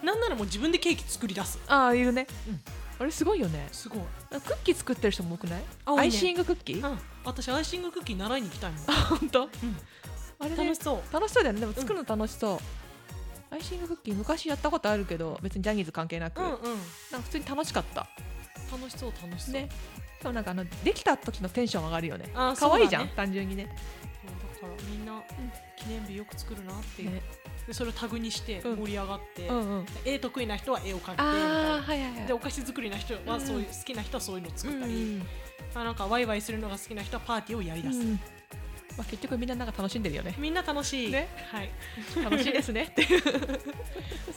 [SPEAKER 2] なんならもう自分でケーキ作り出す
[SPEAKER 1] ああいるね、
[SPEAKER 2] うん
[SPEAKER 1] あれすごいよね
[SPEAKER 2] すごい、
[SPEAKER 1] クッキー作ってる人も多くない
[SPEAKER 2] 多いね
[SPEAKER 1] アイシングクッキ
[SPEAKER 2] う
[SPEAKER 1] ー
[SPEAKER 2] ん、私アイシングクッキー習いに行きたいもん
[SPEAKER 1] 本当、あれね
[SPEAKER 2] 楽しそう
[SPEAKER 1] 楽しそうだよねでも作るの楽しそう、アイシングクッキー昔やったことあるけど別にジャニーズ関係なく、
[SPEAKER 2] うんうん
[SPEAKER 1] なんか普通に楽しかった
[SPEAKER 2] 楽しそう楽しそう、
[SPEAKER 1] ねでもなんかあのできた時のテンション上がるよね
[SPEAKER 2] あー
[SPEAKER 1] 可愛いじゃん、
[SPEAKER 2] そうだね
[SPEAKER 1] 単純にね
[SPEAKER 2] そうだからみんな記念日よく作るなっていう、
[SPEAKER 1] ね
[SPEAKER 2] でそれをタグにして
[SPEAKER 1] うん
[SPEAKER 2] 盛り上がって、
[SPEAKER 1] うんうん
[SPEAKER 2] 絵得意な人は絵を描いてみたい
[SPEAKER 1] ああ
[SPEAKER 2] な
[SPEAKER 1] はいはいはい
[SPEAKER 2] でお菓子作りな人はそういう、好きな人はそういうのを作ったり、まあ、なんかワイワイするのが好きな人はパーティーをやり
[SPEAKER 1] う
[SPEAKER 2] だ
[SPEAKER 1] ん
[SPEAKER 2] す、
[SPEAKER 1] うんまあ、結局みんななんか楽しんでるよ [laughs] ね
[SPEAKER 2] みんな楽しい、
[SPEAKER 1] ね
[SPEAKER 2] はい、
[SPEAKER 1] 楽しいですねって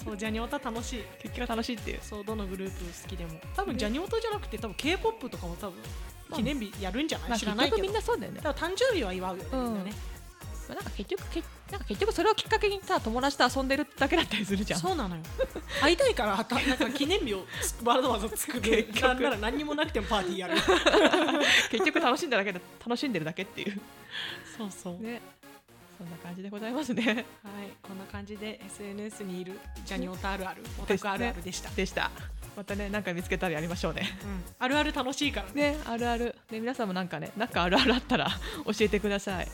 [SPEAKER 2] そうジャニオタ楽しい
[SPEAKER 1] [laughs] 結局楽しいっていう
[SPEAKER 2] そうどのグループ好きでも多分
[SPEAKER 1] ね
[SPEAKER 2] ジャニオタじゃなくて多分 k p o p とかも多分
[SPEAKER 1] まあ
[SPEAKER 2] 記念日やるんじゃない、
[SPEAKER 1] まあ
[SPEAKER 2] 知らない
[SPEAKER 1] 結局
[SPEAKER 2] け
[SPEAKER 1] み
[SPEAKER 2] ど
[SPEAKER 1] んなそうだよね
[SPEAKER 2] ただ誕生日は祝うよね,、
[SPEAKER 1] うん
[SPEAKER 2] みんなね
[SPEAKER 1] まあ、なんか結局けなんか結局それをきっかけにさ友達と遊んでるだけだったりするじゃん
[SPEAKER 2] そうなのよ会いたいからたなん [laughs] か記念日をつわざわざ作る
[SPEAKER 1] 結局
[SPEAKER 2] なんなら何にもなくてもパーティーやる
[SPEAKER 1] 結局楽しんだだけだ楽しんでるだけっていう
[SPEAKER 2] [laughs] そうそう、
[SPEAKER 1] ねそんな感じでございますね
[SPEAKER 2] はいこんな感じで SNS にいるジャニオタあるあるオタクあるあるでした、
[SPEAKER 1] でしたまたねなんか見つけたらやりましょうね
[SPEAKER 2] うん、あるある楽しいからね
[SPEAKER 1] ねあるあるね皆さんもなんかねなんかあるあるあったら [laughs] 教えてください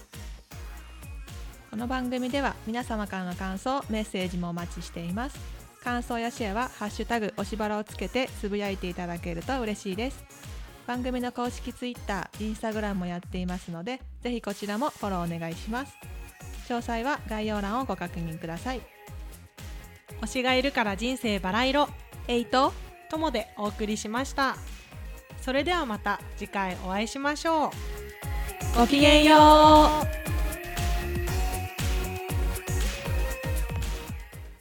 [SPEAKER 1] この番組では皆様からの感想メッセージもお待ちしています感想やシェアはハッシュタグおしばらをつけてつぶやいていただけると嬉しいです番組の公式ツイッター、インスタグラムもやっていますので、ぜひこちらもフォローお願いします。詳細は概要欄をご確認ください。
[SPEAKER 2] 推しがいるから人生バラ色
[SPEAKER 1] えいと、
[SPEAKER 2] ともでお送りしましたそれではまた次回お会いしましょう
[SPEAKER 1] ごきげんよう。
[SPEAKER 2] う